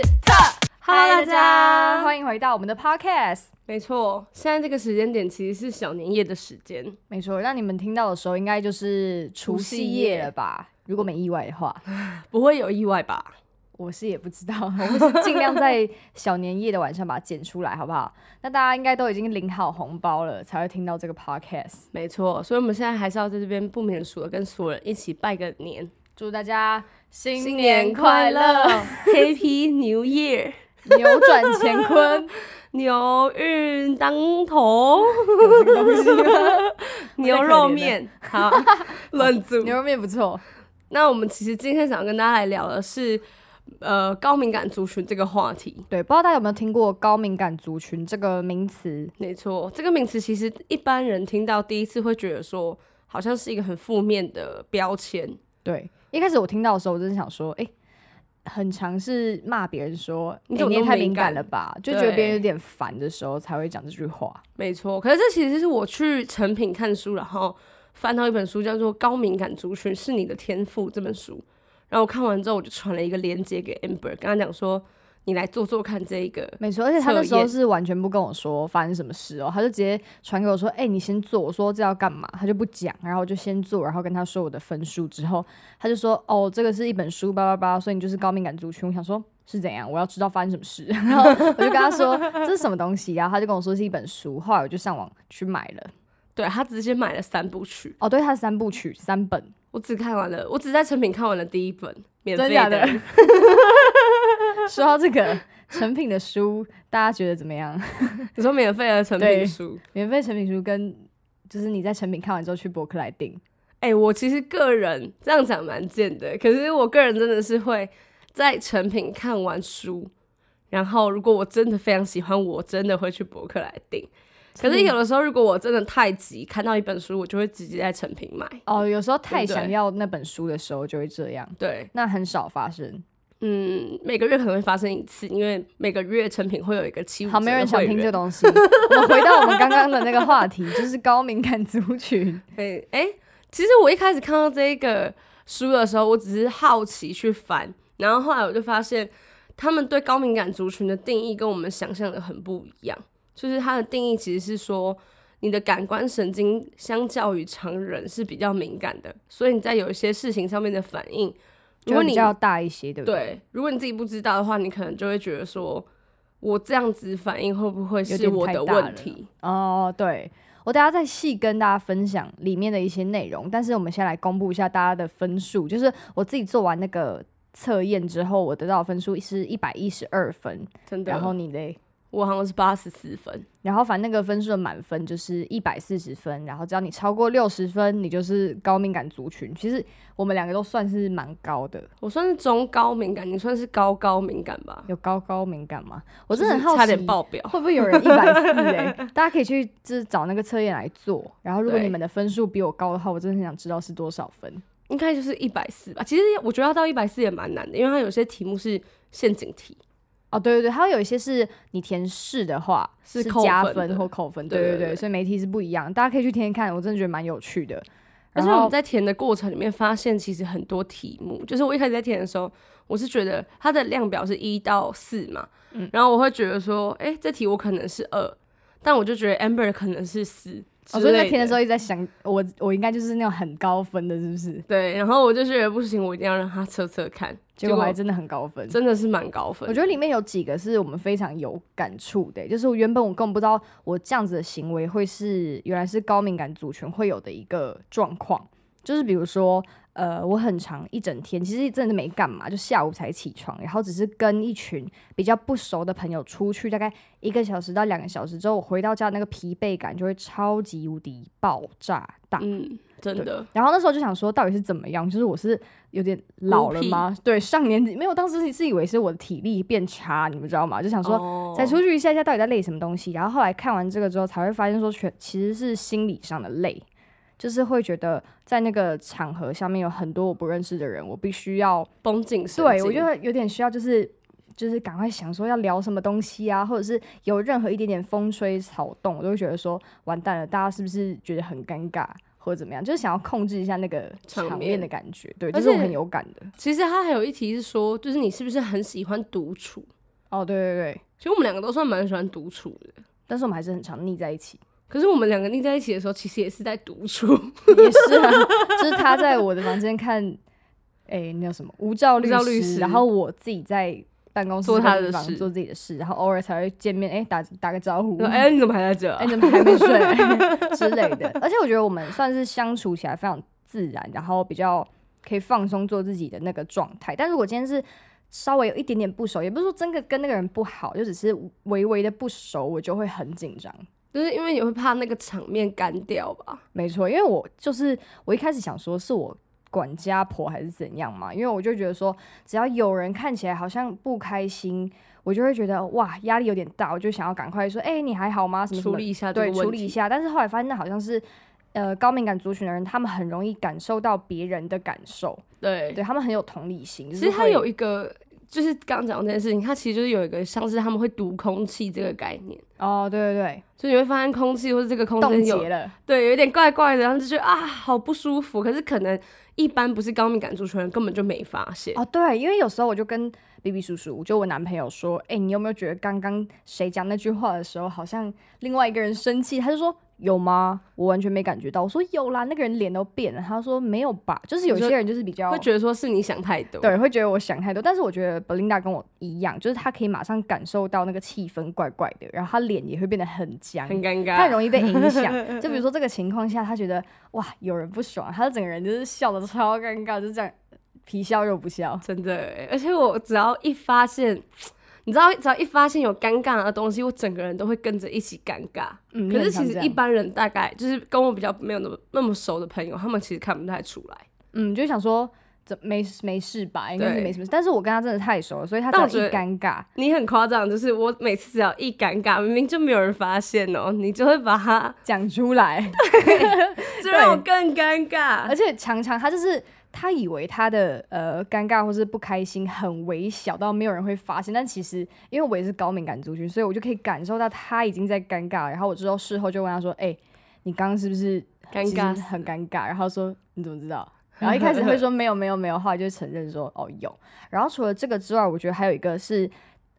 Hello，嗨大家欢迎回到我们的 Podcast。没错，现在这个时间点其实是小年夜的时间，没错，那你们听到的时候应该就是除夕夜了吧？如果没意外的话，不会有意外吧？我是也不知道，我们是尽量在小年夜的晚上把它剪出来，好不好？那大家应该都已经领好红包了，才会听到这个 Podcast。没错，所以我们现在还是要在这边不免俗的跟所有人一起拜个年，祝大家新新年年快快乐乐， ，Happy New Year， 扭转乾 坤，牛运当头，有这个东西吗牛肉面， 好，冷组。牛肉面不错，那我们其实今天想要跟大家来聊的是，呃，高敏感族群这个话题。对，不知道大家有没有听过高敏感族群这个名词？没错，这个名词其实一般人听到第一次会觉得说，好像是一个很负面的标签。对，一开始我听到的时候，我真的想说，哎、很常是骂别人说你诶怎么你也那么太敏敏感感了吧，就觉得别对人有点烦的时候才会讲这句话。没错，可是这其实是我去成品看书，然后翻到一本书叫做《高敏感族群是你的天赋》这本书，然后我看完之后我就传了一个链接给 Amber，跟他讲说，你来做做看这一个。没错，而且他那测时候验是完全不跟我说发生什么事哦，他就直接传给我说，哎、你先做，我说这要干嘛，他就不讲，然后我就先做，然后跟他说我的分数之后，他就说，哦，这个是一本书，叭叭叭，所以你就是高敏感族群。我想说。是怎样？我要知道发生什么事， 然后我就跟他说这是什么东西、啊，然后他就跟我说是一本书，后来我就上网去买了。对他直接买了三部曲，哦，对，它是三部曲，三本，我只看完了，我只在成品看完了第一本，免费真假的？ 说到这个成品的书，大家觉得怎么样？ 你说免费的成对品书，免费成品书跟就是你在成品看完之后去博客来订，哎、我其实个人这样讲蛮贱的，可是我个人真的是会在成品看完书，然后如果我真的非常喜欢，我真的会去博客来订。可嗯是有的时候，如果我真的太急，看到一本书，我就会直接在成品买。哦，有时候太对不对想要那本书的时候就会这样，对，那很少发生。嗯，每个月可能会发生一次，因为每个月成品会有一个七五折好，的没有人想会听这员。东西。 我们回到我们刚刚的那个话题， 就是高敏感族群。对，哎、其实我一开始看到这个书的时候，我只是好奇去翻，然后后来我就发现，他们对高敏感族群的定义跟我们想象的很不一样。就是它的定义其实是说，你的感官神经相较于常人是比较敏感的，所以你在有一些事情上面的反应，如就果会你比较大一些，对不对？对，如果你自己不知道的话，你可能就会觉得说，我这样子反应会不会有是点我太的大问了题？哦，对，我等下再细跟大家分享里面的一些内容，但是我们先来公布一下大家的分数，就是我自己做完那个测验之后，我得到的分数是一百一十二分，真的，然后你嘞？我好像是八十四分。然后反正那个分数的满分就是一百四十分，然后只要你超过六十分，你就是高敏感族群。其实我们两个都算是蛮高的，我算是中高敏感，你算是高高敏感吧？有高高敏感吗？我我真的很好奇，差点爆表。会不会有人一百四哎？ 大家可以去就是找那个测验来做。然后如果对你们的分数比我高的话，我真的很想知道是多少分。应该就是一百四吧。其实我觉得要到一百四也蛮难的，因为它有些题目是陷阱题。哦，对对对，还有一些是你填是的话是扣加分分的或扣分，对对对对对，对所以每一题是不一样，大家可以去填填看，我真的觉得蛮有趣的。而然且我后们在填的过程里面发现，其实很多题目，就是我一开始在填的时候，我是觉得它的量表是一到四嘛，然后我会觉得说，哎、这题我可能是二，但我就觉得 Amber 可能是四之我昨类的。天在填的时候一直在想，我我应该就是那种很高分的，是不是？对，然后我就觉得不行，我一定要让他测测看，结果还真的很高分。真的是蛮高分的。我觉得里面有几个是我们非常有感触的，欸就是我原本我根本不知道我这样子的行为会是原来是高敏感族群会有的一个状况，就是比如说，呃，我很长一整天其实真的没干嘛，就下午才起床，然后只是跟一群比较不熟的朋友出去，大概一个小时到两个小时之后，我回到家那个疲惫感就会超级无敌爆炸大，嗯，真的。然后那时候就想说，到底是怎么样？就是我是有点老了吗？对，上年纪没有，当时是以为是我的体力变差，你们知道吗？就想说哦再出去一下下，到底在累什么东西？然后后来看完这个之后，才会发现说全，其实是心理上的累，就是会觉得在那个场合下面有很多我不认识的人，我必须要绷紧神经，对我觉得有点需要就是。就是赶快想说要聊什么东西啊，或者是有任何一点点风吹草动，我都会觉得说完蛋了，大家是不是觉得很尴尬或者怎么样？就是想要控制一下那个场场面面的感觉，对，而这是我且很有感的。其实他还有一题是说，就是你是不是很喜欢独处？哦，对对对，其实我们两个都算蛮喜欢独处的，但是我们还是很常腻在一起。可是我们两个腻在一起的时候，其实也是在 独处，也是啊，就是他在我的房间看，哎、那叫什么无照律无照律师然后我自己在办公室做他这个的地方事做自己的事，然后偶尔才会见面，哎、打打个招呼， 说哎、你怎么还在这、哎、啊？你怎么还没睡之类的。而且我觉得我们算是相处起来非常自然，然后比较可以放松做自己的那个状态。但如果今天是稍微有一点点不熟，也不是说真的跟那个人不好，就只是微微的不熟，我就会很紧张。就是因为你会怕那个场面干掉吧？没错，因为我就是我一开始想说是我管家婆还是怎样嘛，因为我就觉得说，只要有人看起来好像不开心，我就会觉得哇压力有点大，我就想要赶快说，哎、你还好吗？什么什处么理一下这对个问题，处理一下。但是后来发现那好像是。呃，高敏感族群的人，他们很容易感受到别人的感受，对，对他们很有同理心。就其是实它会有一个，就是刚刚讲的这件事情，它其实就是有一个像是他们会读空气这个概念，哦，对对就你会发现空气或者这个空对，冻间有结了，对有一点怪怪的，然后就觉得啊好不舒服。可是可能一般不是高敏感族群的人根本就没发现，哦，对，因为有时候我就跟 B B 叔叔，就我男朋友说，哎、你有没有觉得刚刚谁讲那句话的时候，好像另外一个人生气？他就说有吗？我完全没感觉到。我说有啦，那个人脸都变了。他说没有吧，就是有你说些人就是比较会觉得说是你想太多。对，会觉得我想太多。但是我觉得 Belinda 跟我一样，就是她可以马上感受到那个气氛怪怪的，然后她脸也会变得很僵。很尴她很尬。容易被影响， 就比如说这个情况下，她觉得哇有人不爽，她整个人就是笑的超尴尬，就这样皮笑肉不笑。真的欸，而且我只要一发现，你知道，只要一发现有尴尬的东西，我整个人都会跟着一起尴尬。嗯，可你是很其常这实样一般人大概就是跟我比较没有那么那么熟的朋友，他们其实看不太出来。嗯，就想说怎没没事吧，应该是对没什么事。但是我跟他真的太熟了，所以他只但要我一觉得尴尬，你很夸张，就是我每次只要一尴尬，明明就没有人发现哦、你就会把它，讲出来，就让我更尴尬而。且常常他就是他以为他的呃尴尬或是不开心很微小到没有人会发现，但其实因为我也是高敏感族群，所以我就可以感受到他已经在尴尬了，然后我之后事后就问他说：“哎、你刚刚是不是尴其实尬死很尴尬？”然后说：“你怎么知 道？”然后一开始会说没有没有没有，后来就承认说哦有。然后除了这个之外，我觉得还有一个是，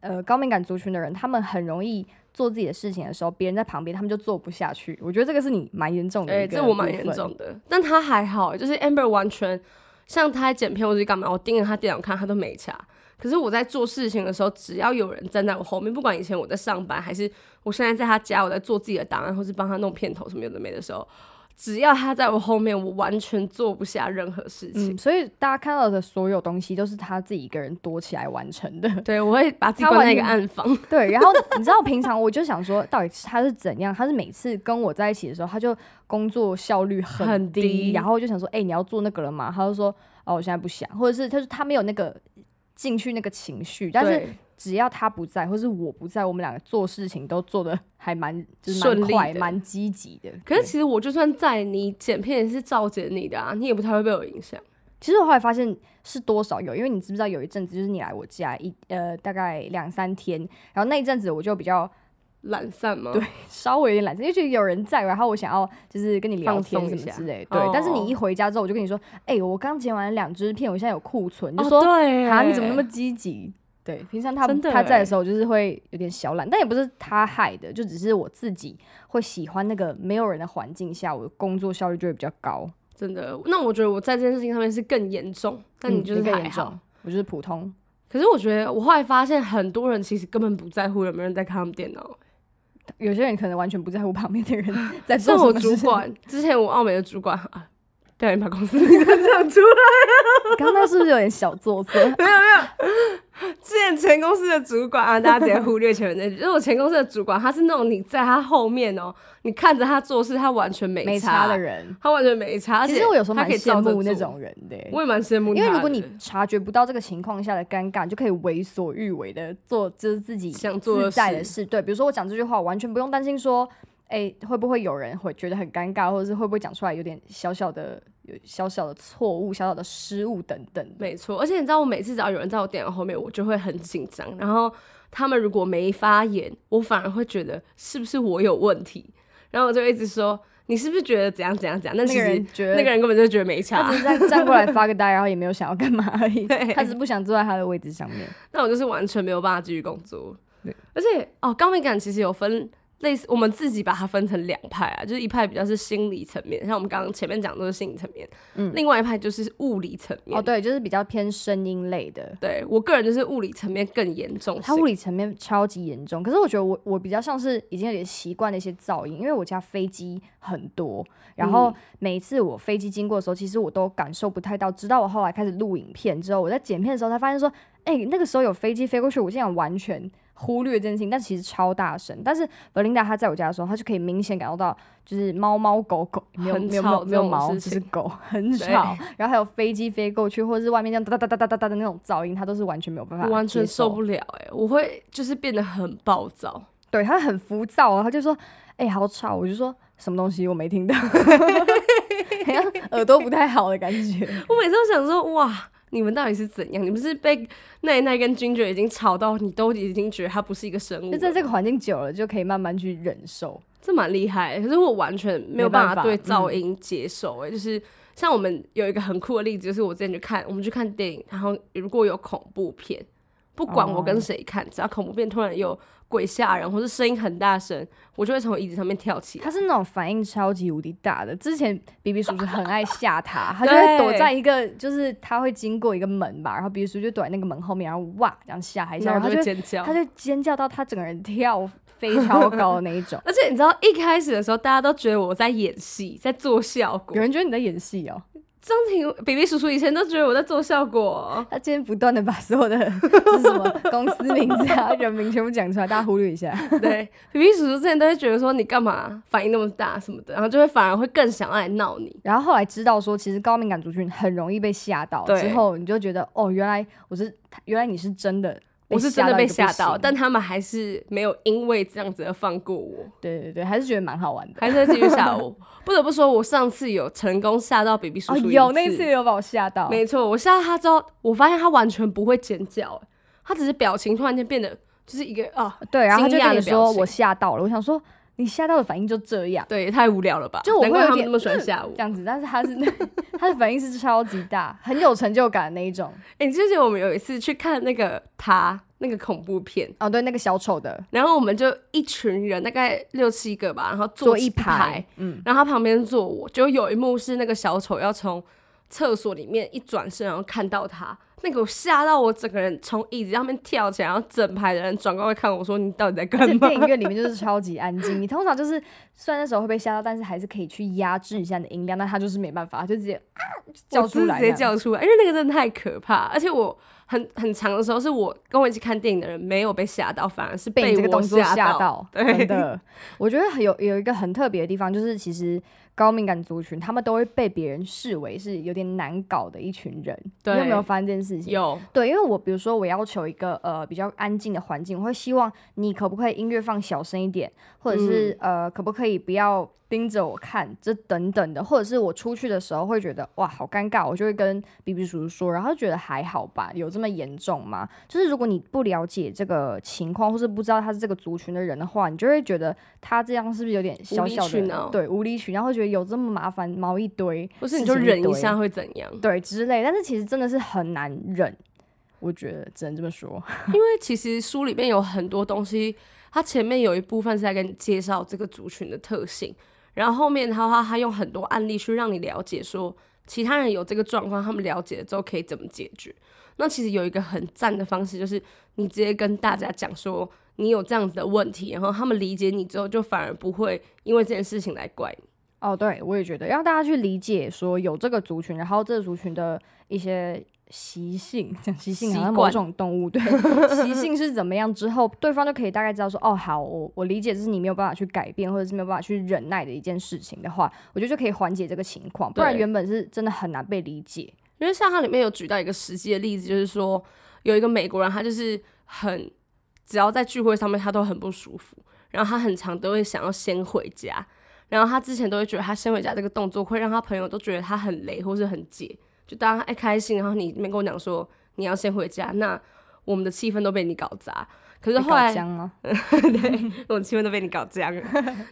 呃，高敏感族群的人，他们很容易做自己的事情的时候，别人在旁边，他们就做不下去。我觉得这个是你蛮严重的哎、一个这我蛮部严分重的，但他还好，就是 Amber 完全像他在剪片或者干嘛，我盯着他电脑看，他都没查。可是我在做事情的时候，只要有人站在我后面，不管以前我在上班，还是我现在在他家，我在做自己的档案，或是帮他弄片头什么有的没的时候，只要他在我后面，我完全做不下任何事情。嗯，所以大家看到的所有东西都是他自己一个人躲起来完成的。 对，我会把自己他关在完一个全暗房。对，然后你知道平常我就想说，到底是他是怎样？他是每次跟我在一起的时候，他就工作效率很低，很低然后我就想说，哎、你要做那个了吗？他就说，哦，我现在不想，或者是他说他没有那个进去那个情绪，但是对只要他不在，或是我不在，我们两个做事情都做的还蛮就是蛮顺利快、的蛮积极的。可是对其实我就算在，你剪片也是照剪你的啊，你也不太会被我影响。其实我后来发现是多少有，因为你知不知道有一阵子就是你来我家一呃大概两三天，然后那一阵子我就比较懒散吗？对，稍微有点懒散，因为就有人在，然后我想要就是跟你聊放天松什一么下之类的，对。哦但是你一回家之后，我就跟你说，哎、我刚剪完两支片，我现在有库存，你哦就说，对啊、耶你怎么那么积极？对，平常他真的他在的耶时候，我就是会有点小懒，但也不是他害的，就只是我自己会喜欢那个没有人的环境下，我的工作效率就会比较高。真的？那我觉得我在这件事情上面是更严重，但你嗯就是更还严好。重，我就是普通。可是我觉得我后来发现，很多人其实根本不在乎有没有人在看他们电脑。有些人可能完全不在乎旁边的 人 在做像什我么事主情。管，之前我澳美的主管啊，不小心把公司名称讲出来。 刚刚是不是有点小做 作？之前前公司的主管啊，大家直接忽略前面那句，就是我前公司的主管，他是那种你在他后面哦，你看着他做事，他完全没没差的人。他完全没差。而其且实我有时候他蛮可以羡照着慕那做种人的欸、我也蛮羡慕他因的，为如果你察觉不到这个情况下的尴尬，你就可以为所欲为的做，就是自己想做的自在的事事。对，比如说我讲这句话，我完全不用担心说，哎、会不会有人会觉得很尴尬，或者是会不会讲出来有点小小的、有小小的错误、小小的失误等等的。没错，而且你知道，我每次只要有人在我电脑后面，我就会很紧张。然后他们如果没发言，我反而会觉得是不是我有问题，然后我就一直说你是不是觉得怎样怎样怎样？但那其个实人觉得那个人根本就觉得没他差只。是站站过来发个呆，然后也没有想要干嘛而已对，他只是不想坐在他的位置上面。那我就是完全没有办法继续工作对。而且哦，高敏感其实有分类似，我们自己把它分成两派啊，就是一派比较是心理层面，像我们刚刚前面讲的都是心理层面，嗯另外一派就是物理层面。哦，对，就是比较偏声音类的，对我个人就是物理层面更严重性，它物理层面超级严重。可是我觉得我我比较像是已经有点习惯那些噪音，因为我家飞机很多，然后嗯每一次我飞机经过的时候，其实我都感受不太到。直到我后来开始录影片之后，我在剪片的时候才发现说，哎、那个时候有飞机飞过去，我竟然完全。忽略这件事情，但其实超大声。但是 Belinda 她在我家的时候，她就可以明显感受到，就是猫猫狗狗没有很没有吵没有没有这种毛，就事是情狗很对吵。然后还有飞机飞过去，或者是外面这样哒哒哒哒哒哒的那种噪音，他都是完全没有办法，我完全受。不了哎、我会就是变得很暴躁。对他很浮躁啊，他就说：“哎、好吵！”我就说：“什么东西？我没听到。”好像耳朵不太好的感觉。我每次都想说，哇，你们到底是怎样？你们是被奈奈跟君爵已经吵到，你都已经觉得他不是一个生物就了，在这个环境久了，就可以慢慢去忍受。这蛮厉害。欸可是我完全没有没办办法嗯法对噪音接受、欸，就是像我们有一个很酷的例子，就是我之前去看，我们去看电影，然后如果有恐怖片，不管我跟谁看，只要恐怖片突然有鬼吓人，或是声音很大声，我就会从椅子上面跳起来。他是那种反应超级无敌大的。之前 B B 叔叔很爱吓他，他就会躲在一个，就是他会经过一个门吧，然后 B B 叔叔就躲在那个门后面，然后哇这样吓他一下，然然后后我他就会就尖叫，他就尖叫到他整个人跳飞超高的那一种。 而且你知道，一开始的时候，大家都觉得我在演戏，在做效果有。人觉得你在演戏哦，张庭、比比叔叔以前都觉得我在做效果，他今天不断的把所有的 就是什么公司名字啊、人名全部讲出来，大家忽略一 下。对，比比叔叔之前都会觉得说你干嘛反应那么大什么的，然后就会反而会更想要来闹你。然后后来知道说，其实高敏感族群很容易被吓到，对之后你就觉得哦，原来我是，原来你是真的我是真的被吓到到，一个不行，但他们还是没有因为这样子而放过我，对对对，还是觉得蛮好玩的。还是在继续吓我。 不得不说，我上次有成功吓到比比叔哦，叔、有那次，有把我吓到，没错，我吓到他之后，我发现他完全不会尖叫，欸他只是表情突然间变得就是一个啊，对，然后他就惊讶跟你的表说情我吓到了，我想说你吓到的反应就这样，对，也太无聊了吧？就我难会怪有他们点那么喜欢吓我这。样子，但是他是 他的反应是超级大，很有成就感的那一种。哎、你记不记得我们有一次去看那个他那个恐怖片，哦，对，那个小丑的然后我们就一群人，大概六七个吧，然后坐坐一排排，，嗯，然后他旁边坐我，就有一幕是那个小丑要从厕所里面一转身，然后看到他，那个我吓到我整个人从椅子上面跳起来，然后整排的人转过来看我说你到底在而干且嘛电？影院里面就是超级安静，你通常就是虽然那时候会被吓到，但是还是可以去压制一下你的音量，但他就是没办法，他就直接啊叫我出来直这接样，叫出来，因为那个真的太可怕，而且我很很长的时候是我跟我一起看电影的人没有被吓到，反而是被你这个我动作吓吓到，真的。我觉得很有有一个很特别的地方，就是其实高敏感族群他们都会被别人视为是有点难搞的一群人，你有没有对发现这件事情？有对，因为我比如说我要求一个呃比较安静的环境，我会希望你可不可以音乐放小声一点，或者是、嗯呃可不可以不要盯着我看，这等等的，或者是我出去的时候会觉得哇好尴尬，我就会跟 B B 叔叔说，然后他觉得还好吧，有这么严重吗？就是如果你不了解这个情况，或是不知道他是这个族群的人的话，你就会觉得他这样是不是有点小理小取的闹对无理取闹，会觉得有这么麻烦毛一堆，或是你事就情忍一堆下会怎样？对之类，但是其实真的是很难忍，我觉得只能这么说。因为其实书里面有很多东西，它前面有一部分是在跟你介绍这个族群的特性，然后后面的话，它用很多案例去让你了解说其他人有这个状况，他们了解了之后可以怎么解决。那其实有一个很赞的方式，就是你直接跟大家讲说你有这样子的问题，然后他们理解你之后，就反而不会因为这件事情来怪你。哦，对，我也觉得让大家去理解说有这个族群，然后这个族群的一些习性，讲习性好像习某惯种动物 对习性是怎么样之后，对方就可以大概知道说，哦，好，我我理解这是你没有办法去改变，或者是没有办法去忍耐的一件事情的话，我觉得就可以缓解这个情况，不然对原本是真的很难被理解。因为像它里面有举到一个实际的例子，就是说有一个美国人，他就是很只要在聚会上面他都很不舒服，然后他很常都会想要先回家，然后他之前都会觉得他先回家这个动作会让他朋友都觉得他很累或是很解，就当他一开心，然后你没跟我讲说你要先回家，那我们的气氛都被你搞砸。可是被后来搞僵啊吗？我的气氛都被你搞 僵了。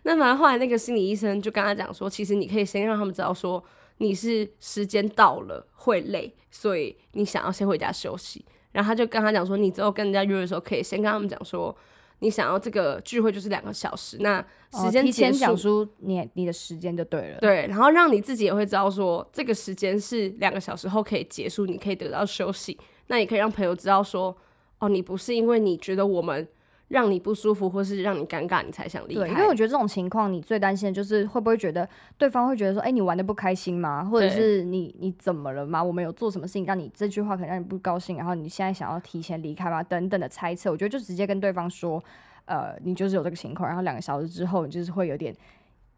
那反正后来那个心理医生就跟他讲说，其实你可以先让他们知道说你是时间到了会累，所以你想要先回家休息。然后他就跟他讲说，你之后跟人家约的时候，可以先跟他们讲说，你想要这个聚会就是两个小时，那哦时间提结前束、讲出你你的时间就对了。对，然后让你自己也会知道说，这个时间是两个小时后可以结束，你可以得到休息。那也可以让朋友知道说，哦，你不是因为你觉得我们让你不舒服或是让你尴尬，你才想离开。对，因为我觉得这种情况，你最担心的就是会不会觉得对方会觉得说，哎、你玩的不开心吗？或者对是你你怎么了吗？我们有做什么事情让你这句话可能让你不高兴，然后你现在想要提前离开吗？等等的猜测，我觉得就直接跟对方说，呃，你就是有这个情况，然后两个小时之后，你就是会有点。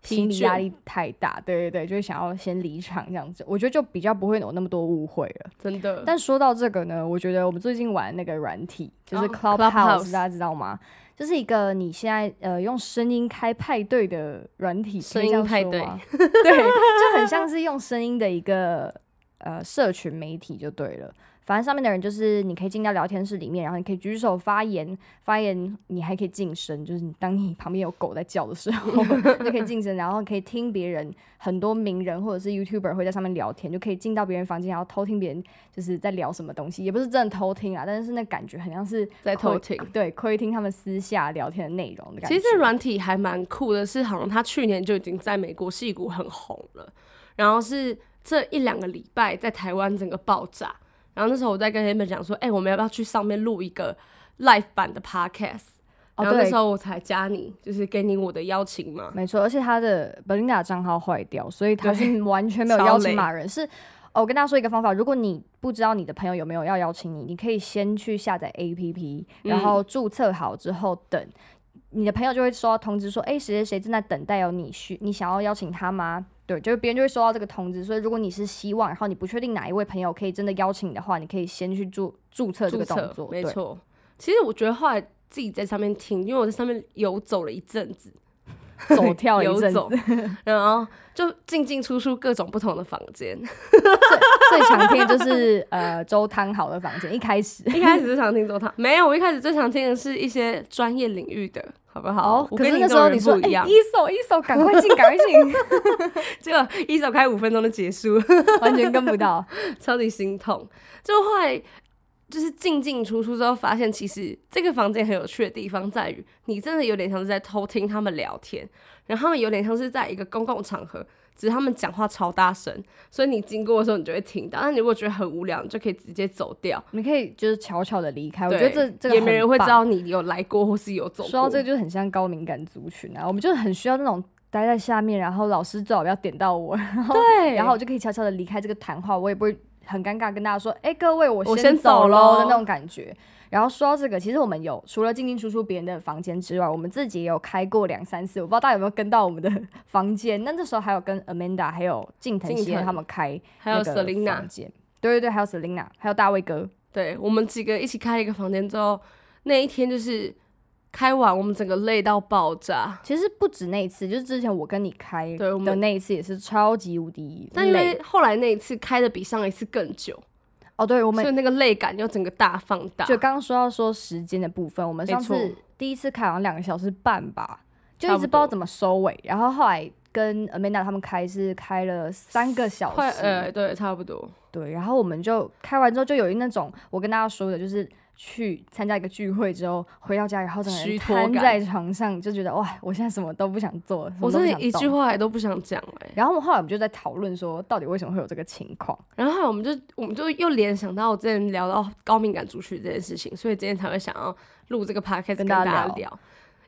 疲心理倦压力太大，对对对，就是想要先离场这样子，我觉得就比较不会有那么多误会了。真的，但说到这个呢，我觉得我们最近玩那个软体，就是哦 Clubhouse，、 Clubhouse 大家知道吗？就是一个你现在呃用声音开派对的软体，可以这样声说音派对 吗对，就很像是用声音的一个呃社群媒体就对了。反正上面的人就是你可以进到聊天室里面，然后你可以举手发言，发言你还可以晋升，就是你当你旁边有狗在叫的时候 就可以晋升，然后可以听别人很多名人或者是 YouTuber 会在上面聊天，就可以进到别人房间，然后偷听别人就是在聊什么东西，也不是真的偷听啊，但是那感觉很像是在偷窥听，对，窥听他们私下聊天的内容的感觉。其实这软体还蛮酷的，是好像它去年就已经在美国戏谷很红了，然后是这一两个礼拜在台湾整个爆炸。然后那时候我在跟 Amber 讲说，哎、我们要不要去上面录一个 live 版的 podcast？、哦，然后那对时，候我才加你，就是给你我的邀请嘛。没错，而且他的 Belinda 账号坏掉，所以他 是完全没有超邀请累马人。是，哦，我跟大家说一个方法，如果你不知道你的朋友有没有要邀请你，你可以先去下载 APP，然嗯后注册好之后等。你的朋友就会收到通知说，哎、谁谁谁正在等待哦，你需你想要邀请他吗？对，就是别人就会收到这个通知。所以如果你是希望，然后你不确定哪一位朋友可以真的邀请你的话，你可以先去注注册这注个册，动作。没对，错。其实我觉得后来自己在上面听，因为我在上面游走了一阵子，走跳了一游阵子 走，然后就进进出出各种不同的房间。最常听的就是呃周汤豪的房间，一开始。 一开始最常听周汤，没有，我一开始最常听的是一些专业领域的，好不好？我哦可是跟那时这种候人你说，不哎、一样，一手一手，赶快进，赶快进， 结果一首开五分钟就结束， 完全跟不到。超级心痛。就后来就是进进出出之后，发现其实这个房间很有趣的地方在于，你真的有点像是在偷听他们聊天，然后他们有点像是在一个公共场合，只是他们讲话超大声，所以你经过的时候你就会听到。但你如果觉得很无聊，你就可以直接走掉。你可以就是悄悄的离开，我觉得对这这个也没很人会知棒道你有来过或是有走过。说到这个，就很像高敏感族群啊，我们就很需要那种待在下面，然后老师最好不要点到 我，然后对，然后我就可以悄悄的离开这个谈话，我也不会很尴尬跟大家说，哎、各位，我先我先走走喽咯的那种感觉。然后说到这个，其实我们有除了进进出出别人的房间之外，我们自己也有开过两三次。我不知道大家有没有跟到我们的房间。那这时候还有跟 Amanda 还有近藤近希藤他们开还有那个 Selina 房间。对对对，还有 Selina，还有大卫哥。对我们几个一起开了一个房间之后，那一天就是开完，我们整个累到爆炸。其实不止那一次，就是之前我跟你开对我的们那一次也是超级无敌但因累为后来那一次开的比上一次更久，哦，对我所们以那个累感又整个大放大。就刚刚说到说时间的部分，我们上啊没次错第一次开好像两个小时半吧，就一差直不多不知道怎么收尾。然后后来跟 Amanda 他们开是开了三个小快时，呃，对，差不多。对。然后我们就开完之后就有一那种我跟大家说的，就是去参加一个聚会之后回到家，然后整个人虚脱瘫感在床上，就觉得哇，我现在什么都不想做，什么我都真不想的一句动。话也都不想讲哎、然后我们后来我们就在讨论说，到底为什么会有这个情况？然后后来我们就我们就又联想到我之前聊到高敏感族群这件事情，所以今天才会想要录这个 podcast 跟跟大大家家聊聊，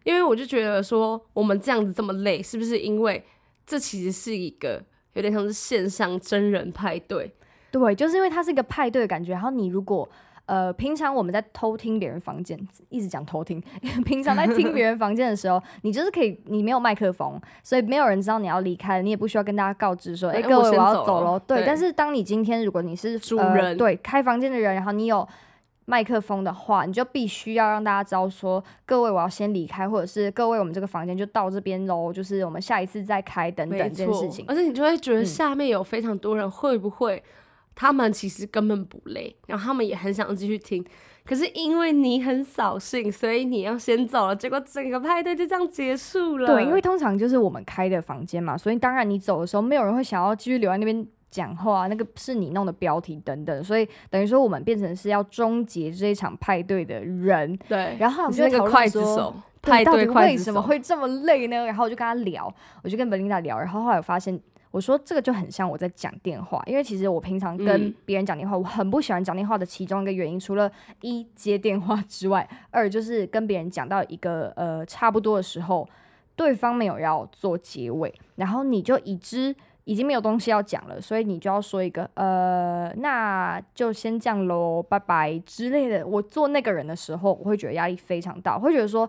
因为我就觉得说我们这样子这么累，是不是因为这其实是一个有点像是线上真人派对？对，就是因为它是一个派对的感觉。然后你如果呃，平常我们在偷听别人房间，一直讲偷听。 平常在听别人房间的时候，你就是可以，你没有麦克风，所以没有人知道你要离开了，你也不需要跟大家告知说，哎、对各我位我先要走走了喽。对，对但是当你今天如果你是主呃人对开房间的人，然后你有麦克风的话，你就必须要让大家知道说，各位我要先离开，或者是各位我们这个房间就到这边喽，就是我们下一次再开等等没这件错事情，。而且你就会觉得嗯下面有非常多人，会不会他们其实根本不累，然后他们也很想继续听，可是因为你很扫兴，所以你要先走了，结果整个派对就这样结束了。对，因为啊通常就是我们开的房间嘛，所以当然你走的时候，没有人会想要继续留在那边讲话、那个是你弄的标题等等，所以等于说我们变成是要终结这一场派对的人。对，然后我你们是就会讨那个论刽子说手，对派到对底刽为子什么手。会这么累呢？然后我就跟他聊，我就跟 Belinda 聊，然后后来我发现，我说这个就很像我在讲电话，因为其实我平常跟嗯别人讲电话，我很不喜欢讲电话的其中一个原因，除了一接电话之外，二就是跟别人讲到一个呃差不多的时候，对方没有要做结尾，然后你就已知。已经没有东西要讲了，所以你就要说一个呃，那就先这样喽，拜拜之类的。我做那个人的时候，我会觉得压力非常大，我会觉得说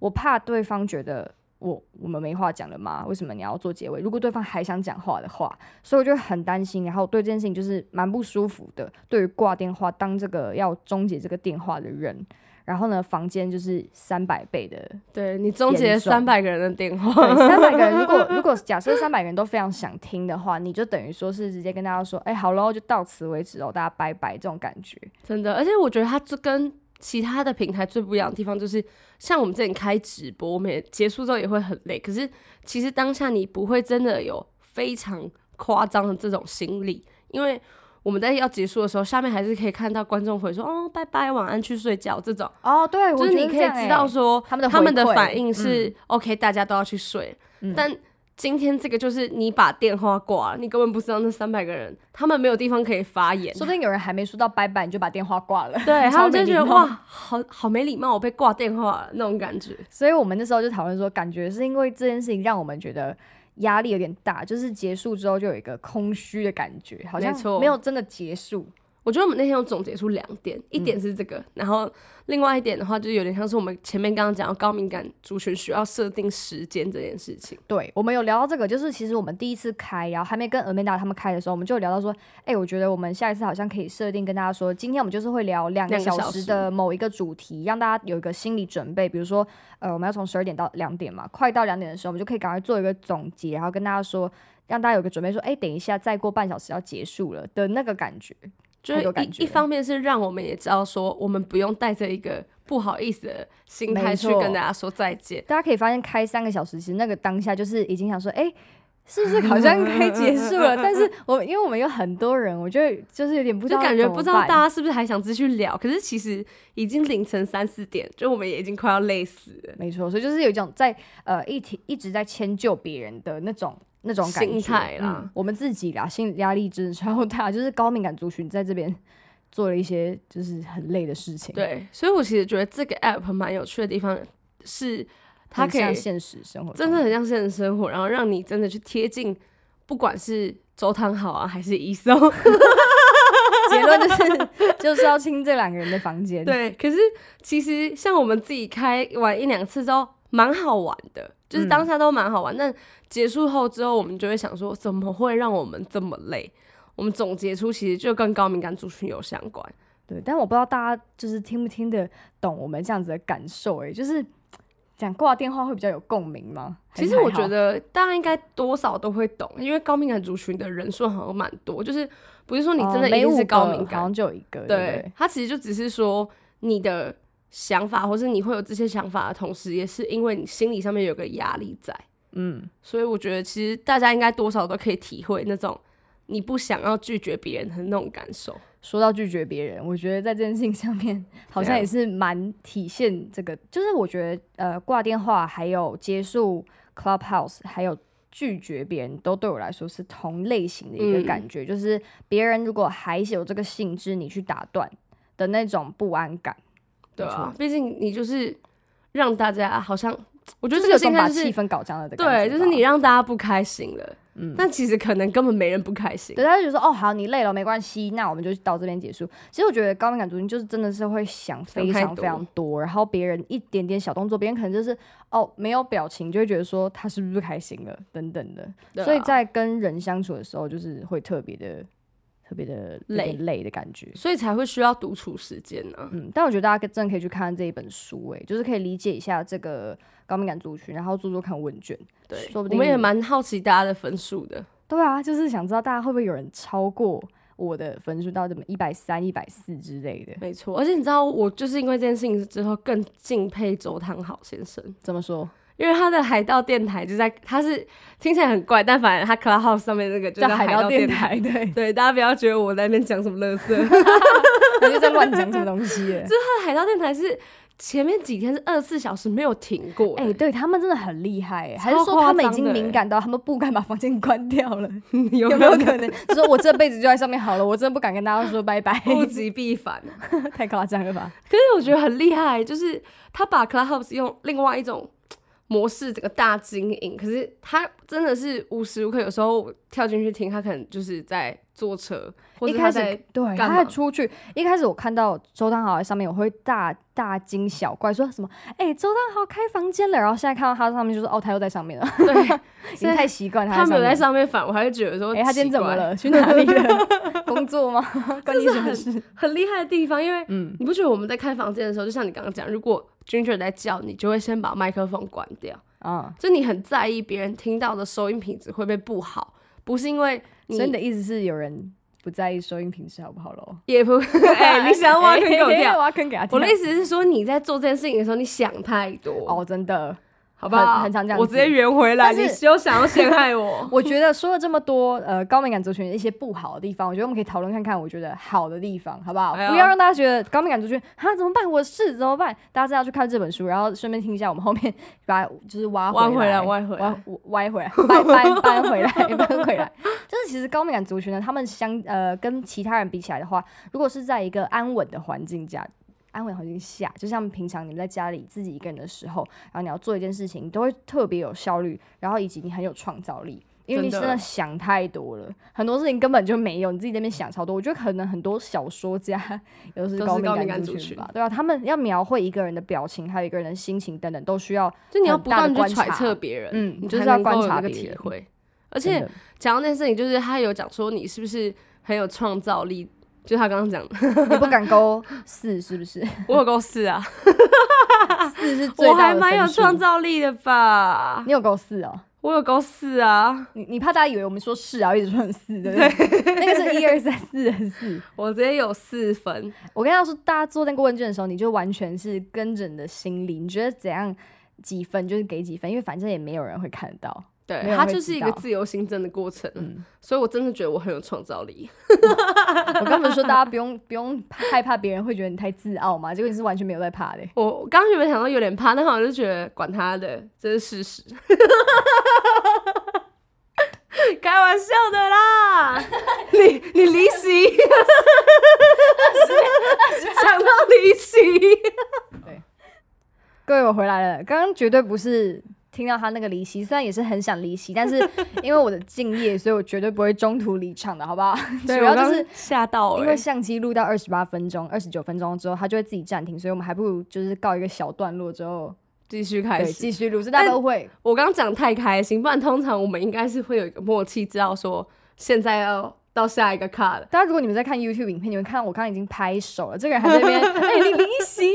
我怕对方觉得我我们没话讲了吗？为什么你要做结尾？如果对方还想讲话的话，所以我就很担心，然后对这件事情就是蛮不舒服的。对于挂电话，当这个要终结这个电话的人，然后呢，房间就是三百倍的对你终结严重三百个人的电话，对，三百个人，如果如果假设三百个人都非常想听的话，你就等于说是直接跟大家说，哎、好喽，就到此为止哦，大家拜拜，这种感觉。 真的，而且我觉得它就跟其他的平台最不一样的地方，就是像我们之前开直播，我们也结束之后也会很累，可是其实当下你不会真的有非常夸张的这种心理，因为我们在要结束的时候，下面还是可以看到观众回说哦拜拜，晚安，去睡觉这种，哦，对，就是你可以知欸道说他们的他们的回馈反应是、OK，大家都要去睡，嗯但。今天这个就是你把电话挂了，你根本不知道那三百个人，他们没有地方可以发言，说不定有人还没说到拜拜，你就把电话挂了。对他 超们就没觉礼得貌哇，好好没礼貌，我被挂电话了那种感觉。所以我们那时候就讨论说，感觉是因为这件事情让我们觉得压力有点大，就是结束之后就有一个空虚的感觉，好像没错没有真的结束。我觉得我们那天有总结出两点，一嗯点是这个，然后另外一点的话，就有点像是我们前面刚刚讲到高敏感族群需要设定时间这件事情。对，我们有聊到这个，就是其实我们第一次开，然后还没跟 Amanda 他们开的时候，我们就有聊到说，哎、我觉得我们下一次好像可以设定跟大家说，今天我们就是会聊两个两个小小时时的某一个主题，让大家有一个心理准备。比如说，呃，我们要从十二点到两点嘛，快到两点的时候，我们就可以赶快做一个总结，然后跟大家说，让大家有个准备，说，哎、等一下再过半小时要结束了的那个感觉。就太是有感觉一一方面是让我们也知道说，我们不用带着一个不好意思的心态没去错跟大家说再见。大家可以发现，开三个小时，其实那个当下就是已经想说，哎、是不是好像该结束 了？但是我因为我们有很多人，我就就是有点不知就道，感觉不知道大。家是不是还想继续聊，可是其实已经凌晨三四点，就我们也已经快要累死了。没错，所以就是有一种在呃一体一直在迁就别人的那种那种感觉心态啦嗯我们自己啦，心理压力真的超大，就是高敏感族群在这边做了一些就是很累的事情，，对，所以我其实觉得这个 app 蛮有趣的地方是，它可以现实生活中真的很像现实生活，然后让你真的去贴近，不管是周汤好啊，还是医 生，结论就是 就是要清这两个人的房间，，对。可是其实像我们自己开玩一两次之后，蛮好玩的，就是当下都蛮好玩。但结束后之后，我们就会想说，怎么会让我们这么累？我们总结出其实就跟高敏感族群有相关。对，但我不知道大家就是听不听得懂我们这样子的感受、欸，哎，就是讲挂电话会比较有共鸣吗？还其是实我还好觉得大家应该多少都会懂，因为高敏感族群的人数好像蛮多，就是不是说你真哦的一每定五是高个敏感好，像就有一个，对不对对，他其实就只是说你的想法，或是你会有这些想法的同时，也是因为你心理上面有个压力在，嗯，所以我觉得其实大家应该多少都可以体会那种你不想要拒绝别人的那种感受。说到拒绝别人，我觉得在这件事情上 面好像也是蛮体现这个，就是我觉得呃挂电话，还有结束 Clubhouse，还有拒绝别人，都对我来说是同类型的一个嗯感觉，就是别人如果还有这个兴致，你去打断的那种不安感，对没错啊，毕竟你就是让大家好像，我觉得就是这个有心种态把就是气氛搞僵了的感觉吧。对，就是你让大家不开心了，嗯但其实可能根本没人不开心。对，他就觉得说哦好，你累了没关系，那我们就到这边结束。其实我觉得高敏感族群就是真的是会想非太常非多常多，然后别人一点点小动作，别人可能就是哦没有表情，就会觉得说他是不是不开心了等等的。对啊所以在跟人相处的时候，就是会特别的特别的有点累的感觉。所以才会需要独处时间啊呢、嗯，但我觉得大家真的可以去看看这一本书、欸，就是可以理解一下这个高敏感族群，然后做做看问卷。对，说不我们也定蛮好奇大家的分数的。对啊，就是想知道大家会不会有人超过我的分数到什么一百三、一百四之类的。没错，而且你知道，我就是因为这件事情之后更敬佩周汤豪先生，怎么说？因为他的海盗电台就在，他是听起来很怪，但反正他 Clubhouse 上面那个就叫叫海盗盗电台，台。 对，对，大家不要觉得我在那边讲什么 乐色，他就在乱讲什么东西 耶。他的海盗电台是前面几天是二十四小时没有停过的，哎、对他们真的很厉害耶，还超是说他们已夸张经的敏耶感到他们不敢把房间关掉了？ 有有没没有有可能？就说我这辈子就在上面好了，我真的不敢跟大家说拜拜，物极必反？啊太夸张了吧？可是我觉得很厉害，就是他把 Clubhouse 用另外一种模式整个大经营，可是他真的是无时无刻，有时候我跳进去听，他可能就是在坐车，或一者开他始在对，干他还嘛出去。一开始我看到周汤豪在上面，我会大大惊小怪，说什么？哎、周汤豪开房间了。然后现在看到他上面，就说哦，他又在上面了，对，已所经以太习惯 他在没有在面。上面反，我还会觉得说，哎、他今天怎么奇怪？了？去哪里 了？工作吗？关你什么事？很厉害的地方，因为嗯，你不觉得我们在开房间的时候，就像你刚刚讲，如果 Ginger 在叫你，就会先把麦克风关掉，啊、就你很在意别人听到的收音品质会被不好，不是因为所以你你的意思是有人不在意收音品质好不好 咯？也 不，哎、你想要挖坑给我跳。挖坑给他跳。 我的意思是说，你在做这件事情的时候，你想太多，哦，真的，好不好？很很常这样我子直接圆回来，但是你休想要陷害 我。我觉得说了这么多，呃，高敏感族群的一些不好的地方，我觉得我们可以讨论看看，我觉得好的地方，好不好？哎呦不要让大家觉得高敏感族群啊怎么办？我是怎么办？大家真的要去看这本书，然后顺便听一下我们后面 把就是挖弯回回来，来弯回来弯歪回来，掰掰掰回 来，掰回来。就是其实高敏感族群呢，他们相呃跟其他人比起来的话，如果是在一个安稳的环境下。安稳的环境下，就像平常你们在家里自己一个人的时候，然后你要做一件事情，你都会特别有效率，然后以及你很有创造力，因为你真真的的想太多了，很多事情根本就没有，你自己在那边想超多。我觉得可能很多小说家有的是都是高高敏敏感感族族群群吧，对啊，他们要描绘一个人的表情，还有一个人的心情等等，都需要就你要很不大的断地去观揣察测别人，嗯呃你就是才要能观够有察那个别体人会。而真且的讲到那件事情，就是他有讲说你是不是很有创造力，就他刚 刚讲的，你不敢勾四，是不是？我有够是啊， 四是最我大还的蛮有分数创，造力的吧，你有勾四哦。我有够是啊，你你怕大家以为我们说是啊，一直说很四，对不 对？那个是一二三四的四。我直接有四分，我跟大家说，大家做那个问卷的时候，你就完全是跟着你的心理，你觉得怎样几分就是给几分，因为反正也没有人会看到。对没有，人它会就是知一个道自由新增的过程，嗯，所以我真的觉得我很有创造力。我刚不是说大家不用不用害怕别人会觉得你太自傲嘛？结果你是完全没有在怕的、我我刚刚原本想到有点怕，但后来我就觉得管他的，这是事 实。开玩笑的 啦，你你离席，想到离席，各位，我回来了，刚刚绝对不是。听到他那个离席，虽然也是很想离席，但是因为我的敬业，所以我绝对不会中途离场的，好不好？主要就是吓到因了、为相机录到二十八分钟、二十九分钟之后，它就会自己暂停，所以我们还不如就是告一个小段落之后，继续开对，始。继续录，这大家都会。我刚刚讲太开心，不然通常我们应该是会有一个默契，知道说现在要到下一个 card 了。大家如果你们在看 YouTube 影片，你们看到我刚刚已经拍手了，这个人还在那边，哎、你离席，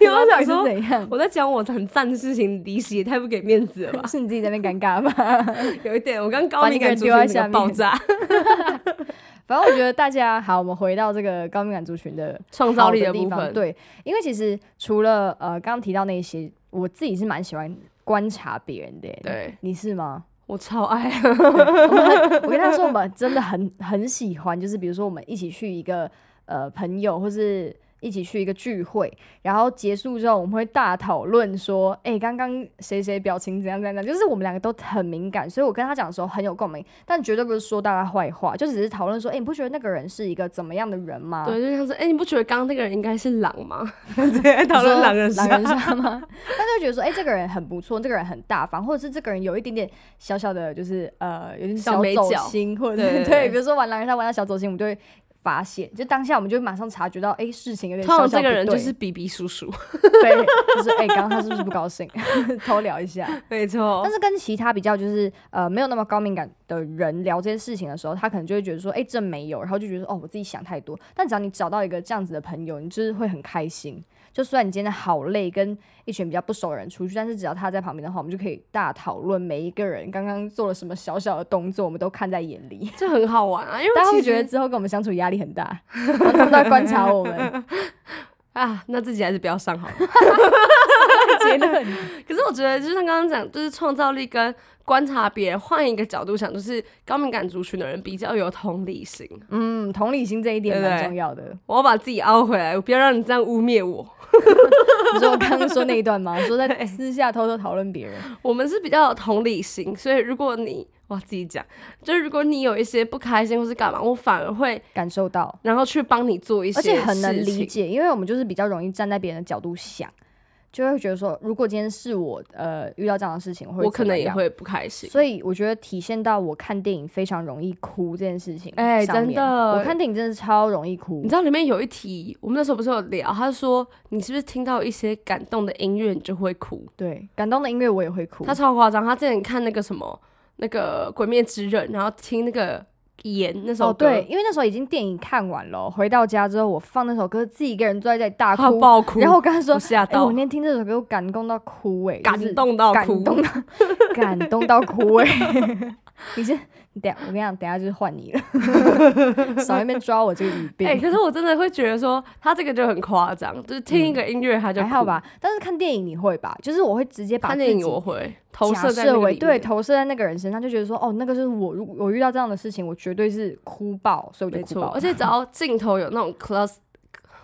因为我想是说，怎样？我在讲我很赞的事情，离席也太不给面 子了吧？是你自己在那边尴尬吧？有一点，我刚把高那敏个人感族丢在群下整面个爆炸。反正我觉得大家好，我们回到这个高敏感族群的创造力好的的部地方分，对，因为其实除了呃刚刚提到那些，我自己是蛮喜欢观察别人的。对，你是吗？我超 爱，啊我们很我跟他说，我们真的很很喜欢，就是比如说我们一起去一个呃朋友，或是一起去一个聚会，然后结束之后，我们会大讨论说，哎、刚刚谁谁表情怎样怎样，怎样，就是我们两个都很敏感，所以我跟他讲的时候很有共鸣，但绝对不是说大家坏话，就只是讨论说，哎、你不觉得那个人是一个怎么样的人吗？对，就像是，哎、你不觉得刚刚那个人应该是狼吗？ 直接你讨论说狼人杀狼，人杀吗？ 他就会觉得说，哎、这个人很不错，这个人很大方，或者是这个人有一点点小小的，就是呃，有点小小美走角心，或者对是对对，对比如说玩狼人杀玩到小走心，我们就会发现，就当下我们就会马上察觉到，哎、事情有点通小常小不这个人对，就是比比叔叔，对，就是哎，刚、刚他是不是不高兴？ 偷聊一下。 没错但，是跟其他比较，就是呃没有那么高敏感的人聊这些事情的时候，他可能就会觉得说，哎、这没有，然后就觉得说哦，我自己想太多。但只要你找到一个这样子的朋友，你就是会很开心。就虽然你今天好累，跟一群比较不熟的人出去，但是只要他在旁边的话，我们就可以大讨论每一个人刚刚做了什么小小的动作，我们都看在眼里。 这很好玩啊，因为大家其会实觉得之后跟我们相处压力很大，然后他们都在观察我们， 啊，那自己还是不要上好了。结论。可是我觉得，就是他刚刚讲，就是创造力跟观察别人，换一个角度想，就是高敏感族群的人比较有同理心。嗯，同理心这一点对不蛮对重要的。我要把自己凹回来，我不要让你这样污蔑我。你说我刚刚说那一段吗？说 在私下偷偷讨论别人，我们是比较有同理心，所以如果你哇自己讲，就是如果你有一些不开心或是干嘛，我反而会感受到，然后去帮你做一些而事情，且很能理解，因为我们就是比较容易站在别人的角度想，就会觉得说，如果今天是我呃遇到这样的事情，我会我可怎么能也样。会不开心。所以我觉得体现到我看电影非常容易哭这件事情上面，哎真的我看电影真的超容易哭你知。道里面有一题，我们那时候不是有聊，他说你是不是听到一些感动的音乐你就会哭？对，感动的音乐我也会哭。他超夸张，他之前看那个什么那个《鬼灭之刃》，然后听那个盐那哦，首歌，对，，因为那时候已经电影看完了，回到家之后我放那首歌，自己一个人坐在家里大他哭。爆哭，然后我跟他说我：“吓哎、到，我那天听这首歌，我感动到哭哎、就感是动到感哭， 动到感动到哭哎、你先，你等下，我跟你讲，等下就是换你了， 少在那边抓我这个语病。哎、可是我真的会觉得说他这个就很夸张，就是听一个音乐他就、嗯还好，吧，但是看电影你会吧？就是我会直接把看自电己影我会投假射在那设个为里对面投射在那个人身上，就觉得说哦，那个就是我，如我遇到这样的事情，我绝对是哭爆，所以我没就哭错，爆而。且只要镜头有那种 close，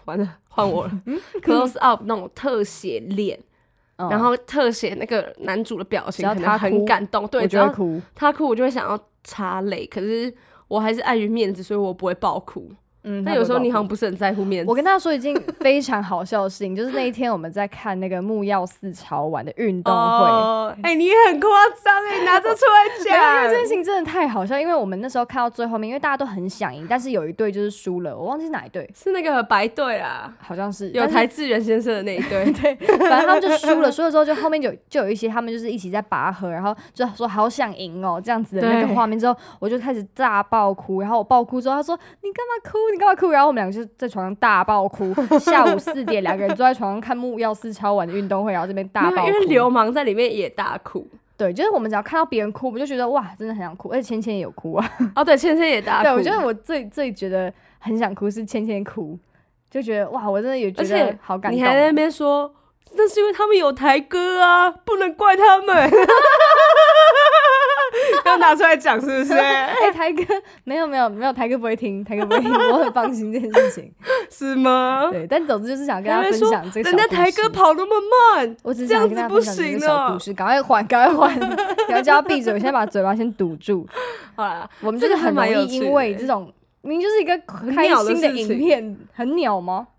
完了换我了 ，close up 那种特写脸，嗯然后特写那个男主的表只情，要可能他哭很感动，对，我只就要会哭，他哭，我就会想要擦泪，可是我还是碍于面子，所以我不会爆哭。嗯，但他有会时候爆你哭好像不是很在乎面子，我跟大家说一件非常好笑的事情，就是那一天我们在看那个木曜四潮玩的运动会。哦哎、你很夸张哎，你拿这出来 没有因为这件事讲，情真的太好笑，因为我们那时候看到最后面，因为大家都很想赢，但是有一队就是输了，我忘记是哪一队，是那个白队啊，好像是有但是台志源先生的那一 队，对，反正他们就输了，输了之后就后面就就有一些他们就是一起在拔河，然后就说好想赢哦这样子的那个对画面之后，我就开始大爆哭，然后我爆哭之后，他说你干嘛哭？你干嘛哭？然后我们两个就在床上大爆 哭，下午四点两个人坐在床上看木曜四超玩的运动会，然后这边大没爆有哭，因为流氓在里面也大哭，对，就是我们只要看到别人哭，我们就觉得哇真的很想哭，而且芊芊也有哭啊，哦对，芊芊也大哭，对我觉得我最最觉得很想哭是芊芊哭。就觉得哇，我真的也觉而且得好感动。你还在那边说，那是因为他们有台歌啊，不能怪他 们。要拿出来讲是不是？哎、台哥没有没有没有，台哥不会听，台哥不会听，我很放心这件事 情。 是吗？对，但总之就是想跟还大家没分说享这个人家小故台哥事，跑那么慢，我只是这想样跟子大家不分享这个行小故哦事，赶快缓，赶快缓， 你要叫他闭嘴，我现在把嘴巴先堵住。好啦，我们这这个个还很蛮容有易趣因为的欸这种明明就是一个开鸟的心的事影情片，很鸟吗？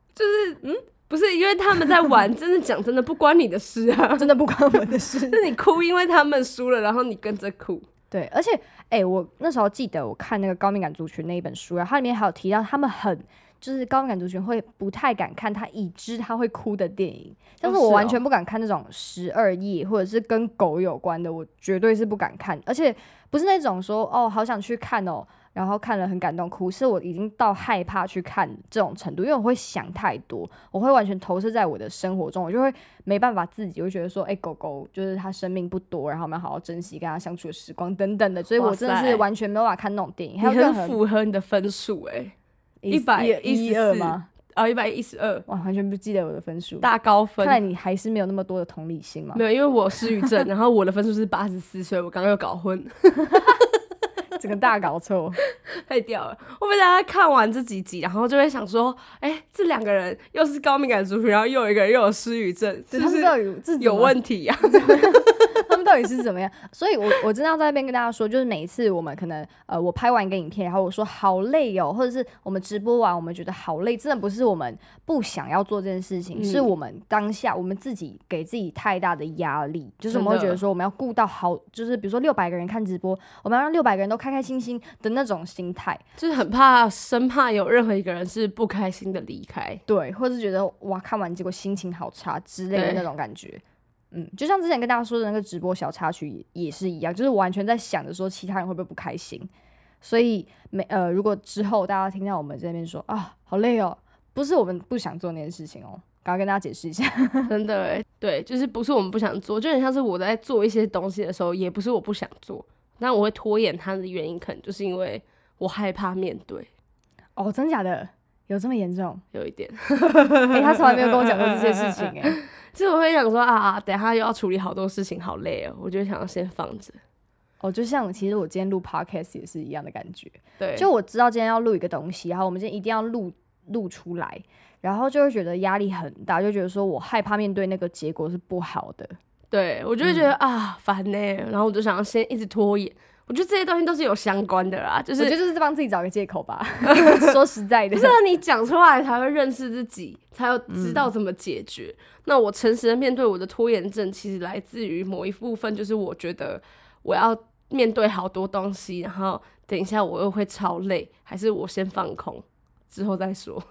不是因为他们在玩，真的讲真的不关你的事啊。真的不关我的事。是你哭，因为他们输了，然后你跟着哭。对，而且哎、我那时候记得我看那个《高敏感族群》那一本书，然后它里面还有提到他们很。就是高敏感族群会不太敢看他已知他会哭的电影，但是哦我是完哦全不敢看那种十二夜或者是跟狗有关的，我绝对是不敢看，而且不是那种说哦好想去看哦，然后看了很感动哭，是我已经到害怕去看这种程度，因为我会想太多，我会完全投射在我的生活中，我就会没办法自己，会觉得说，哎、狗狗就是它生命不多，然后我们要好好珍惜跟它相处的时光等等的，所以我哇真的塞是完全没有办法看那种电影。你还有任很何符合你的分数哎、114一二吗？啊，一百一十二，哇，完全不记得我的分数。大高分看。来你还是没有那么多的同理心嘛没，有，因为我有失语症，然后我的分数是八十四，所以我刚刚又搞混。整个大搞 错。太屌了！会不会大家看完这几集，然后就会想说，哎、这两个人又是高敏感族群，然后又有一个人又有失语症，是对不他们是到底有这是怎有么问题啊呀、他们到底是怎么样？ 所以我我真的要在那边跟大家说，就是每一次我们可能呃，我拍完一个影片，然后我说好累哦，或者是我们直播完我们觉得好累，真的不是我们不想要做这件事情，嗯是我们当下我们自己给自己太大的压力，就是我真的们会觉得说我们要顾到好，就是比如说六百个人看直播，我们要让六百个人都开开心心的那种心态， 就是很怕，生怕有任何一个人是不开心的离开。对，或是觉得哇看完结果心情好差之类的对那种感觉。嗯，就像之前跟大家说的那个直播小插曲也也是一样，就是完全在想着说其他人会不会不开心，所以每呃如果之后大家听到我们这边说啊好累哦，不是我们不想做那件事情哦，赶快跟大家解释一下。 真的哎，对，就是不是我们不想做，就很像是我在做一些东西的时候，也不是我不想做，但我会拖延它的原因，可能就是因为我害怕面对，哦，真假的？有这么严重？有一点， 哎、他从来没有跟我讲过这些事情、诶， 哎，就是我会想说啊，等一下又要处理好多事情，好累哦，我就想要先放着。哦，就像其实我今天录 podcast 也是一样的感觉，对，就我知道今天要录一个东西，然后我们今天一定要录录出来，然后就会觉得压力很大，就觉得说我害怕面对那个结果是不好的。对我就会觉嗯得、啊烦呢、然后我就想要先一直拖延。我觉得这些东西都是有相关的啦，就我是觉得就是帮自己找个借口 吧。说实在的不，是啊，你讲出来才会认识自己，才有知嗯道怎么解决。那我诚实的面对我的拖延症，其实来自于某一部分，就是我觉得我要面对好多东西，然后等一下我又会超累，还是我先放空，之后再说。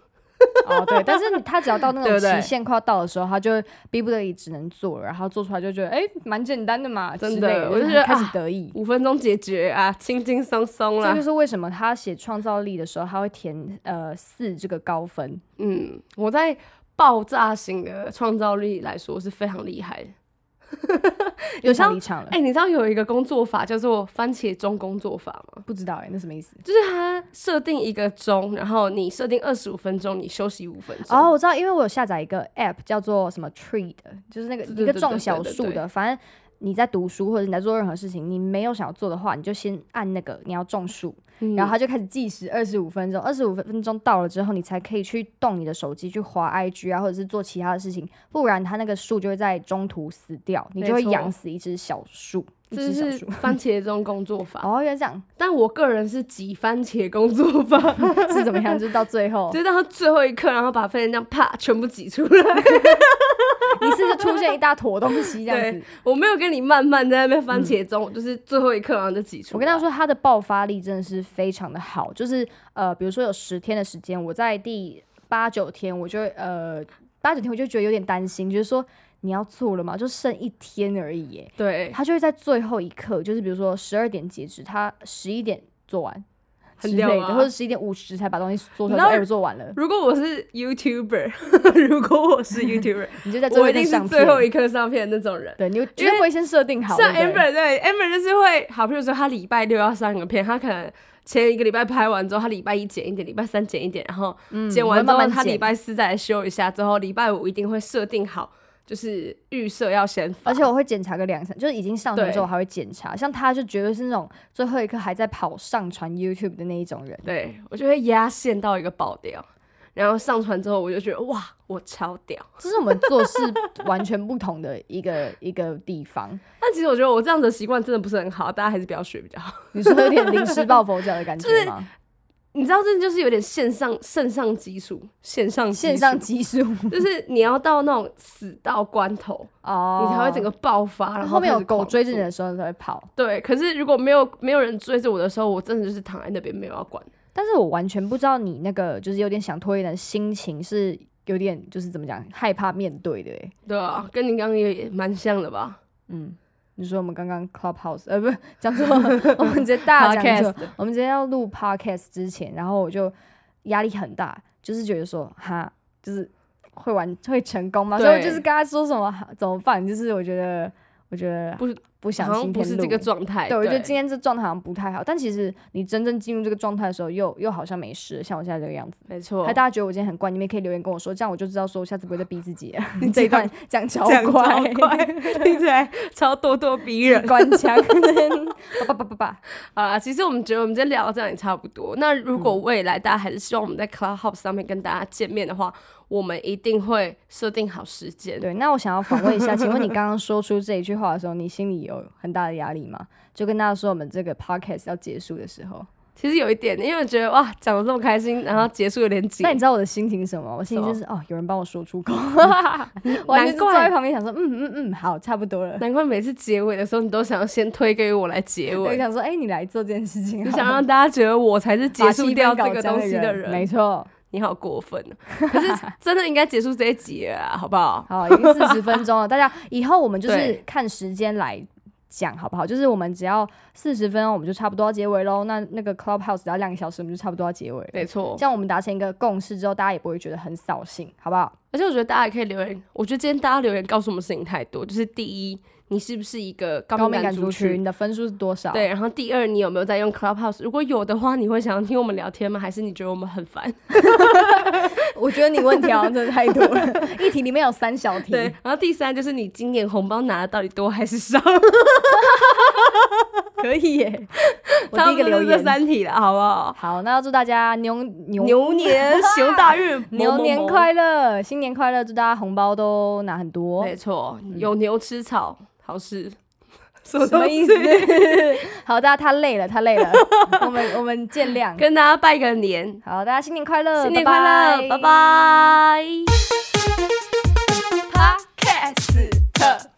哦对，但是你他只要到那对种不对期限快要到的时候，他就逼不得已只能做了，然后做出来就觉得哎，蛮、简单的嘛，真之的类的我就啊很觉得开始啊得意。五分钟解决啊，轻轻松松这啦就。是为什么他写创造力的时候，他会填呃四这个高分。嗯，我在爆炸型的创造力来说是非常厉害的。有又时候上离场了，哎、你知道有一个工作法叫做番茄钟工作法吗？不知道哎、那什么意思？就是它设定一个钟，然后你设定二十五分钟，你休息五分钟。哦，我知道，因为我有下载一个 app 叫做什么 Tree 的，就是那个对一对个对种对小对对树对的。反正你在读书或者你在做任何事情，你没有想要做的话，你就先按那个你要种树，嗯，然后它就开始计时二十五分钟。二十五分钟到了之后，你才可以去动你的手机，去滑 IG 啊，或者是做其他的事情，不然它那个树就会在中途死掉，你没就会错养死一只小树，一这只小是树。番茄钟工作法，哦，原来这样但我个人是挤番茄工作法，是怎么样？就是到最后， 就是到最后一刻，然后把番茄酱啪全部挤出来。 一次就出现一大坨东西这样对子。我没有跟你慢慢在那边番茄钟，我就是最后一刻然后就挤出来。我跟他说，他的爆发力真的是非常的好，就是呃，比如说有十天的时间，我在第八九天，我就会呃八九天我就觉得有点担心，就是说你要做了嘛，就剩一天而已耶。对，他就会在最后一刻，就是比如说十二点截止，他十一点做完之很屌类的，或啊者。十一点五十才把东西做出你来，知道哎、我做完了，如果我是 YouTuber，如 果我是 YouTuber，你 就在最后我一一刻定上是片最。后一刻上片的那种人。对，你绝对不会先设定好，像对不对 Amber 对 Amber 就是会，好，比如说他礼拜六要上一个片，他可能前一个礼拜拍完之后，他礼拜一剪一点，礼拜三剪一点，然后剪完之我后，会慢慢他礼剪拜四再来修一下，之后礼拜五一定会设定好，就是预设要先发。而且我会检查个两三，就是已经上传之后我对还会检查。像他就绝对是那种最后一刻还在跑上传 YouTube 的那一种人。对我就会压线到一个爆掉，然后上传之后我就觉得哇，我超屌。这是我们做事完全不同的一个 一个地方。但其实我觉得我这样子的习惯真的不是很好，大家还是不要学比较好。 你说有点临时抱佛脚的感觉吗？你知道，这就是有点线上肾上激素，线上激线上素激素就是你要到那种死到关头，哦， 你才会整个。爆发，然后后面有开始狂狗追着你做。的时候才会跑，对，可是如果没有没有人追着我的时候，我真的就是躺在那边没有要管。但是我完全不知道你那个就是有点想拖延的心情是有点就是怎么讲害怕面对的欸对啊，跟你刚刚也也蛮像的吧？嗯，你说我们刚刚 Clubhouse 呃 不是讲错了，我们直接大讲 错，我们今天要录 podcast 之前，然后我就压力很大，就是觉得说哈，就是会完会成功吗？对所以我就是跟他说什么哈怎么办？就是我觉得，我觉得不是不想好今像不天是录这个状态。对，我觉得今天天这状态好像不太好。但其实你真正进入这个状态的时候又，又好像没事，像我现在这个样子。没错还，大家觉得我今天很怪，你们也可以留言跟我说，这样我就知道说我下次不会再逼自 己了。你这一讲段讲超讲超怪， 怪听起来超咄咄逼人官腔，叭叭叭叭叭。啊！其实我们觉得我们今天聊到这样也差不多。那如嗯果未来大家还是希望我们在 Clubhouse 上面跟大家见面的话，我们一定会设定好时间。 对，那我想要访问一下，请问你刚刚说出这一句话的时候，你心里有很大的压力吗？就跟大家说我们这个 podcast 要结束的时候，其实有一点，因为我觉得哇，讲的这么开心，然后结束有点紧那你知道我的心情是什么吗？我心情什么就是哦，有人帮我说出口，我完全 难是坐在怪旁边想说，嗯嗯嗯，好，差不多 了。难怪每次结尾的时候，你都想要先推给我来结我尾，想说，哎、你来做这件事情好你吗，想让大家觉得我才是结把束气氛掉搞这个僵东西的没人。错。你好过分、啊，可是真的应该结束这 一集了啦，好不好？ 好，已经四十分钟了，大家以后我们就是对看时间来讲好不好？就是我们只要四十分钟，我们就差不多要结尾喽。那那个 Clubhouse 只要两个小时，我们就差不多要结尾了。没错这。样我们达成一个共识之后，大家也不会觉得很扫兴，好不好？而且我觉得大家也可以留言，我觉得今天大家留言告诉我们事情太多，就是第一，你是不是一个高高敏敏感感族族群群？你的分数是多少？对，，然后第二，你有没有在用 Clubhouse？如果有的话，你会想要听我们聊天吗？还是你觉得我们很烦？嗯我觉得你问题好像真的太多了， 一题里面有三小题。对，然后第三就是你今年红包拿的到底多还是少？ 可以耶！我差第不一个多就留这言。三题了，好不好？好，那要祝大家牛牛牛年行 大运，牛年乐！快乐，新年快乐！祝大家红包都拿很多没。错，有牛吃草，好事。什嗯 什么意思东西？？ 好，大家他累了，他累 了，我们我们见谅。跟大家拜个年，好，大家新年快乐，新年快乐，拜。拜。Podcast。